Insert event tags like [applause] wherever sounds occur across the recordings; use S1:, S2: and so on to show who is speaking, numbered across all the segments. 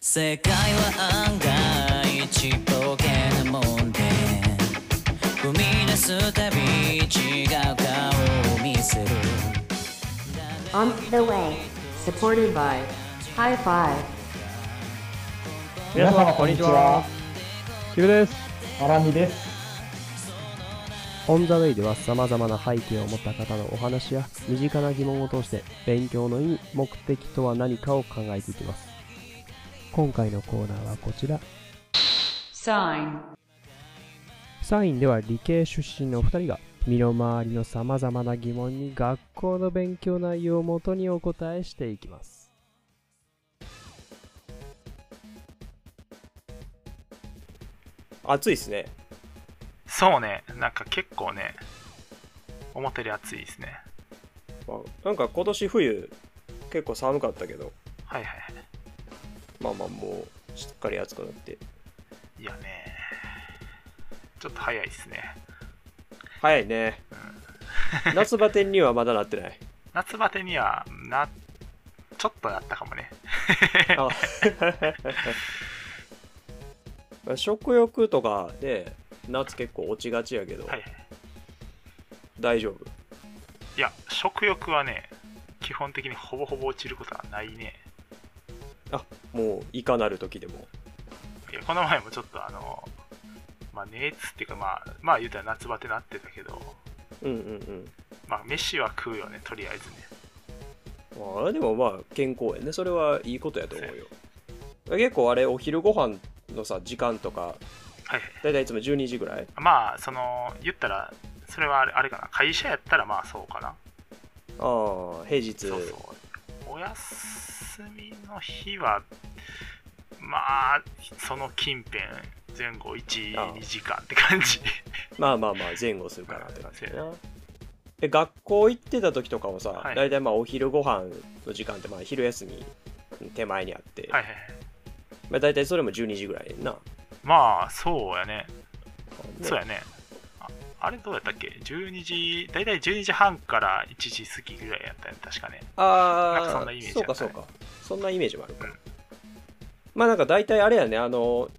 S1: 世界は案外ちっぽけなもんで踏み出すたび違う顔を見せる
S2: On the way, supported by High Five.
S3: 皆様こんにちは。
S4: キムです。
S3: アラミです。
S5: オン・ザ・ウェイでは様々な背景を持った方のお話や身近な疑問を通して勉強の意味、目的とは何かを考えていきます。今回のコーナーはこちら。
S2: Sign.
S5: サインでは理系出身のお二人が身の回りの様々な疑問に学校の勉強内容をもとにお答えしていきます。
S6: 暑いですね
S7: そうね、なんか結構ね、思ったより暑いですね。
S6: まあなんか今年冬結構寒かったけど
S7: はいはいは
S6: まあまあもうしっかり暑くなって
S7: い。いやね、ちょっと早いですね。
S6: 早いね夏バテにはまだなってない
S7: 夏バテにはな、ちょっとなったかもね。
S6: あまあ食欲とかね夏結構落ちがちやけど、
S7: はい。
S6: 大丈夫
S7: いや、食欲はね、基本的にほぼほぼ落ちることはないね。
S6: あもういかなる時でも
S7: いや、この前もちょっとあの、まあ熱っていうかまあ、まあ言うたら夏バテなってたけど、
S6: うんうん
S7: まあ飯は食うよね、とりあえずね。
S6: うんまあでもまあ健康やねそれはいいことやと思うよ [laughs] 結構あれお昼ご飯のさ時間とか
S7: はいはい。
S6: だいたいいつも12時ぐらい
S7: まあ、その、言ったら、それはあれあれかな、会社やったらまあそうかな。
S6: ああ平日
S7: そうそうお休みの日はまあその近辺前後
S6: ああ
S7: 12時間って感じ
S6: まあまあまあ前後するかなって感じだな。で学校行ってた時とかもさ、
S7: はい
S6: 大体まあお昼ご飯の時間ってまあ昼休み手前にあって、
S7: はいはいはい
S6: まあ、大体それも12時ぐらいやんな。
S7: まあそうや
S6: ね
S7: ねそうやねああれどうやったっけ12時大体12時半から1時過ぎぐらいやったよね確かねなんか
S6: あ
S7: そんなイメー
S6: あ、
S7: ジ
S6: そ
S7: や
S6: う
S7: った
S6: か
S7: ね
S6: そうか。そんなイメージもあるか。
S7: うん
S6: まあなんか大体あれやね、あの、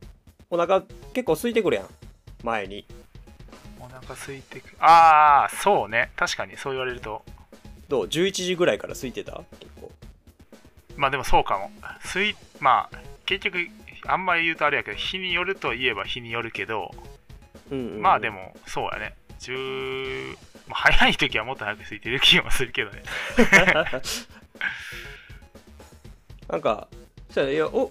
S6: お腹結構空いてくるやん。前に。
S7: お腹空いてくああそうね確かにそう言われると
S6: どう ?11 時ぐらいから空いてた結構。
S7: まあでもそうかもすいまあ結局あんまり言うとあれやけど日によるといえば日によるけど
S6: うんうんうん
S7: まあで。も、そうやね。10、まあ、早い時はもっと早く空いてる気もするけどね。
S6: なんか、そうやねいや、お、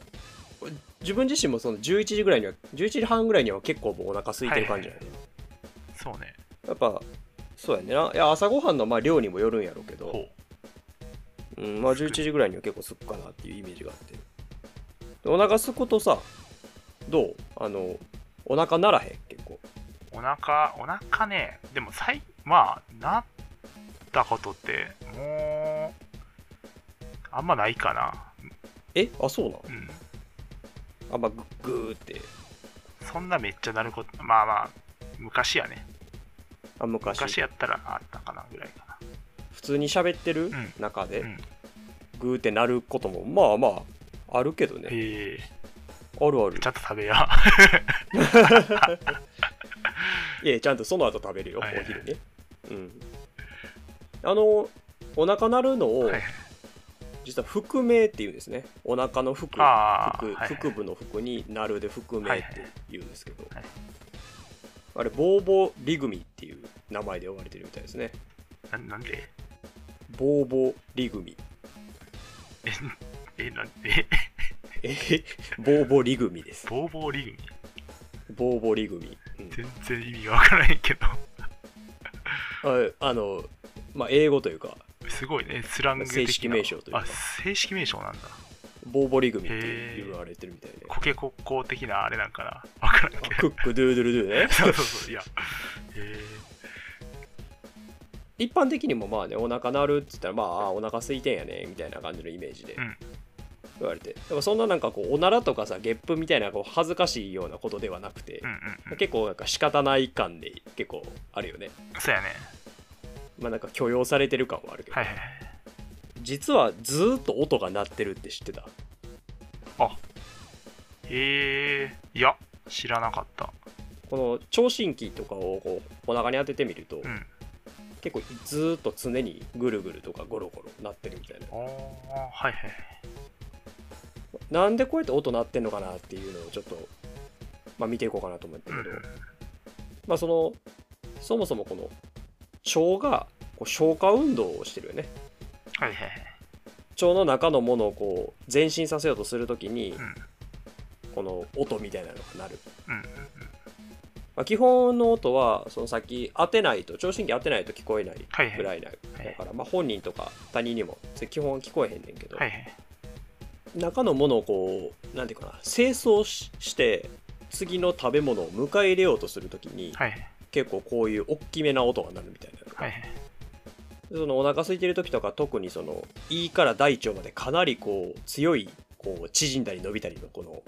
S6: 自分自身もその11時ぐらいには、11時半ぐらいには結構もうお腹空いてる感じだよね。
S7: そうね。
S6: やっぱ、そうやねな。いや、朝ごはんのまあ量にもよるんやろうけど、
S7: ほう。
S6: うん、まあ11時ぐらいには結構すくかなっていうイメージがあって。でお腹すくとさ、どうあの、お腹ならへん、結構。
S7: お腹、お腹ね、でもさい、まあ、なったことって、もう、あんまないかな。
S6: えあ、そうなの
S7: うん。
S6: あんまぐぐーって。
S7: そんなめっちゃなること、まあまあ、昔やね。
S6: あ、昔。
S7: 昔やったらあったかなぐらいかな。
S6: 普通に喋ってる
S7: ん
S6: 中で、
S7: うん
S6: ぐーってなることも、まあまあ、あるけどね。
S7: え
S6: あるある
S7: ー、ち。ゃんと食べや。
S6: いや、ちゃんとその後食べるよ、
S7: はいはい
S6: お昼ね。うん。あの、お腹鳴るのを、
S7: はいはい
S6: 実は腹鳴っていうんですね。お腹の腹、
S7: あー
S6: 腹
S7: はいはい
S6: 腹部の腹に鳴るで腹鳴って言うんですけど、
S7: はいはい
S6: あれ、ボーボーリグミっていう名前で呼ばれてるみたいですね。
S7: ななんで [laughs]
S6: ボーボーリグミ。
S7: え、え、なんで
S6: えへボーボーリグミです。
S7: ボーボーリグミ
S6: ボーボーリグミ。うん
S7: 全然意味がわからへんけど。
S6: ああの、まあ、英語というか、
S7: すごいね、スラング的な
S6: 正式名称というか
S7: あ、正式名称なんだ。
S6: ボーボーリグミって
S7: へー
S6: 言われてるみたいで。
S7: コケコッコー的なあれなんかな。わからんけ
S6: あクックドゥードゥルドゥね
S7: ど。。そうそうそう、いや。へ
S6: 一般的にもまあねお腹鳴るって言ったらまああーお腹空いてんやねみたいな感じのイメージで
S7: うん
S6: 言われて、でもそんななんかこうおならとかさゲップみたいなこう恥ずかしいようなことではなくて
S7: え。う、んうんうん。
S6: 結構なんか仕方ない感で結構あるよね
S7: そうやね。
S6: まあなんか許容されてる感はあるけど、
S7: はいはいはい。
S6: 実はずーっと音が鳴ってるって知ってた
S7: あ、えー、いや、知らなかった。
S6: この聴診器とかをこうお腹に当ててみると、
S7: うん。
S6: 結構ずーっと常にぐるぐるとかゴロゴロなってるみたいな
S7: ああ、はいはい。
S6: なんでこうやって音鳴ってんのかなっていうのをちょっと、まあ、見ていこうかなと思ったけど、まあそのそもそもこの腸がこう消化運動をしてるよね
S7: はいはいはい。
S6: 腸の中のものをこう前進させようとするときに、
S7: ん
S6: この音みたいなのが鳴る、
S7: うんうん
S6: まあ、基本の音はそのさっき当てないと聴診器当てないと聞こえない
S7: はいはい
S6: ぐらいな、だからまあ本人とか他人にもそれ基本は聞こえへんねんけど、
S7: はいはい。
S6: 中のものをこうなんていうかな清掃しして次の食べ物を迎え入れようとするときに、
S7: はいはい。
S6: 結構こういう大きめな音が鳴るみたいなのが、
S7: はいはい。
S6: そのお腹空いてる時とか特にその胃から大腸までかなりこう強いこう縮んだり伸びたりのこの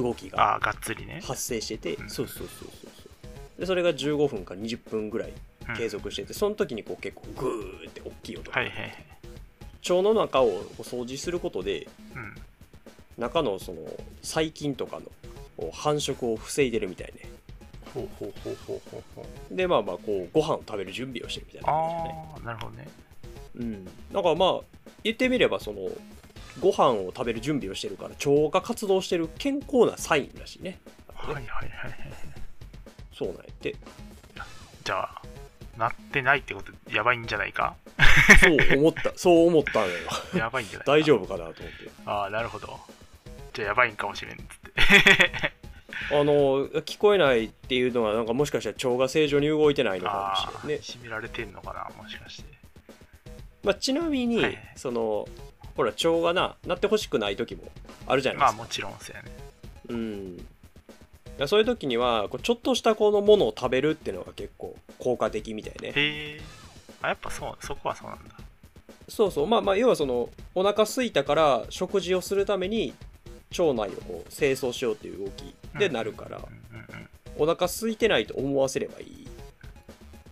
S6: 動きが
S7: ああ、がっつりね。
S6: 発生してて
S7: うん
S6: そうそうそうそうそうでそれが15分か20分ぐらい
S7: うん
S6: 継続しててその時にこう結構グーって大きい音が、
S7: はいはいはい。
S6: 腸の中をこう掃除することで
S7: うん。
S6: 中のその細菌とかのこう繁殖を防いでるみたいね
S7: ほうほうほうほうほうほう。
S6: でまあまあこうご飯を食べる準備をしてるみたいな感じだね
S7: ああ、なるほどね。
S6: うん、なんかまあ言ってみればそのご飯を食べる準備をしてるから腸が活動してる健康なサインらしいね
S7: はいはいはいはい。
S6: そうなんやって
S7: じゃあ、なってないってこと、やばいんじゃないか
S6: そう思
S7: [laughs]
S6: ったそう思ったのよ
S7: やばいんじゃないか
S6: 大丈夫かなと思って
S7: ああ、なるほど。じゃあ、やばいんかもしれんっつって。
S6: あの聞こえないっていうのはなんかもしかしたら腸が正常に動いてないのか
S7: あ
S6: もし
S7: あ、
S6: れないね、
S7: 締められてんのかな、もしかして。
S6: まあ、ちなみに、
S7: はい
S6: そのほら腸がななってほしくない時もあるじゃない
S7: ま
S6: で
S7: あ、
S6: すか、
S7: もちろんそうやね。
S6: うんだからそういう時にはこうちょっとしたこのものを食べるっていうのが結構効果的みたいね
S7: へえ。あ、やっぱそう、そこはそうなんだ。
S6: そうそうまあまあ要はそのお腹空いたから食事をするために腸内をこう清掃しようっていう動きでなるから、
S7: うんうんうん。
S6: お腹空いてないと思わせればいい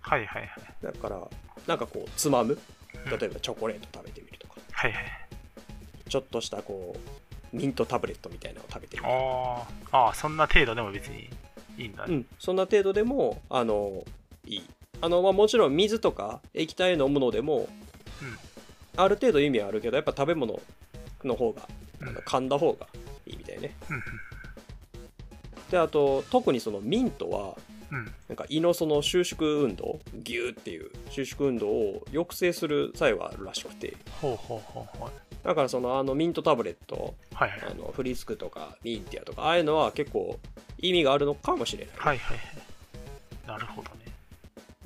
S7: はいはいはい。
S6: だからなんかこうつまむ
S7: うん
S6: 例えばチョコレート食べてみるとか、
S7: はいはい。
S6: ちょっとしたこうミントタブレットみたいなのを食べてみる
S7: ああ、ああ、そんな程度でも別にいいんだ
S6: う
S7: ね。
S6: んそんな程度でもあのいいあの、まあ、もちろん水とか液体飲むのでも、
S7: うん
S6: ある程度意味はあるけどやっぱ食べ物の方があ
S7: うん
S6: の噛んだ方がいいみたいね
S7: うん
S6: であと特にそのミントは
S7: うん。うん
S6: なんか胃のその収縮運動ギューっていう収縮運動を抑制する作用があるらしくて
S7: ほうほうほうほう。
S6: だからそのあのミントタブレット
S7: はいはい。
S6: あのフリスクとかミンティアとかああいうのは結構意味があるのかもしれない、
S7: はいはいはい。なるほどね。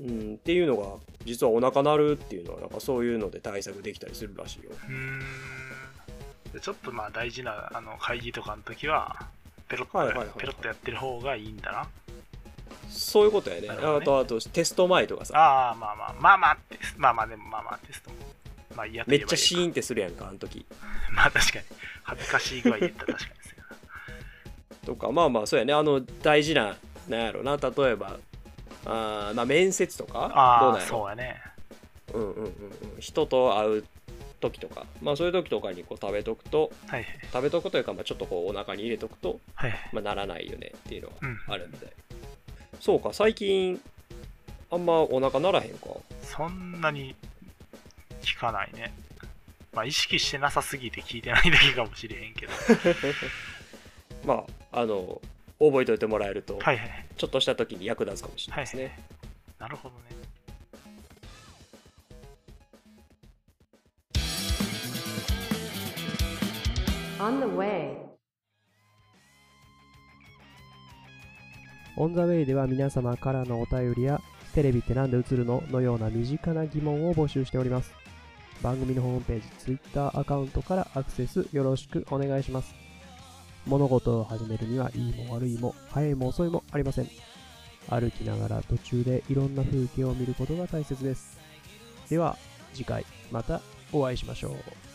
S6: うん、っていうのが実はお腹鳴るっていうのはなんかそういうので対策できたりするらしいよ
S7: うーん。でちょっとまあ大事なあの会議とかの時は、ペロッと、
S6: はいはいはいはい
S7: ペロッとやってる方がいいんだな。
S6: そういうことやね
S7: なるほどね
S6: あとあとテスト前とかさ
S7: ああ、まあまあ、まあまあって、まあまあでもまあまあテストも。まあ嫌と
S6: め
S7: 言え
S6: っ
S7: ば
S6: ちゃシー
S7: ン。
S6: ンってするやんかあの時
S7: まあ確かに。恥ずかしい具合で言ったら確かにですよ。
S6: とかまあまあそうやねあの大事ななんやろな例えばあーまあ面接とかどう
S7: あ
S6: な
S7: あ、
S6: んやろ
S7: そうやね。
S6: うんうんうんうん、人と会う時とか、まあ、そういう時とかにこう食べとくと
S7: はい
S6: 食べとくというか、まあ、ちょっとこうお腹に入れとくと、
S7: はい。はい。
S6: まあ、ならないよねっていうの
S7: う
S6: が
S7: ん。
S6: あるみたい、そうか最近あんまお腹ならへんか
S7: そんなに聞かないね。まあ意識してなさすぎて聞いてないだけかもしれへんけど。
S6: まああの覚えておいてもらえると、
S7: はいはい。
S6: ちょっとした時に役立つかもしれないですね、
S7: はいなるほどね。
S2: On the way.
S5: オンザウェイでは皆様からのお便りや、テレビってなんで映るののような身近な疑問を募集しております。番組のホームページ、Twitter アカウントからアクセスよろしくお願いします。物事を始めるには、いいも悪いも、早いも遅いもありません。歩きながら途中でいろんな風景を見ることが大切です。では、次回またお会いしましょう。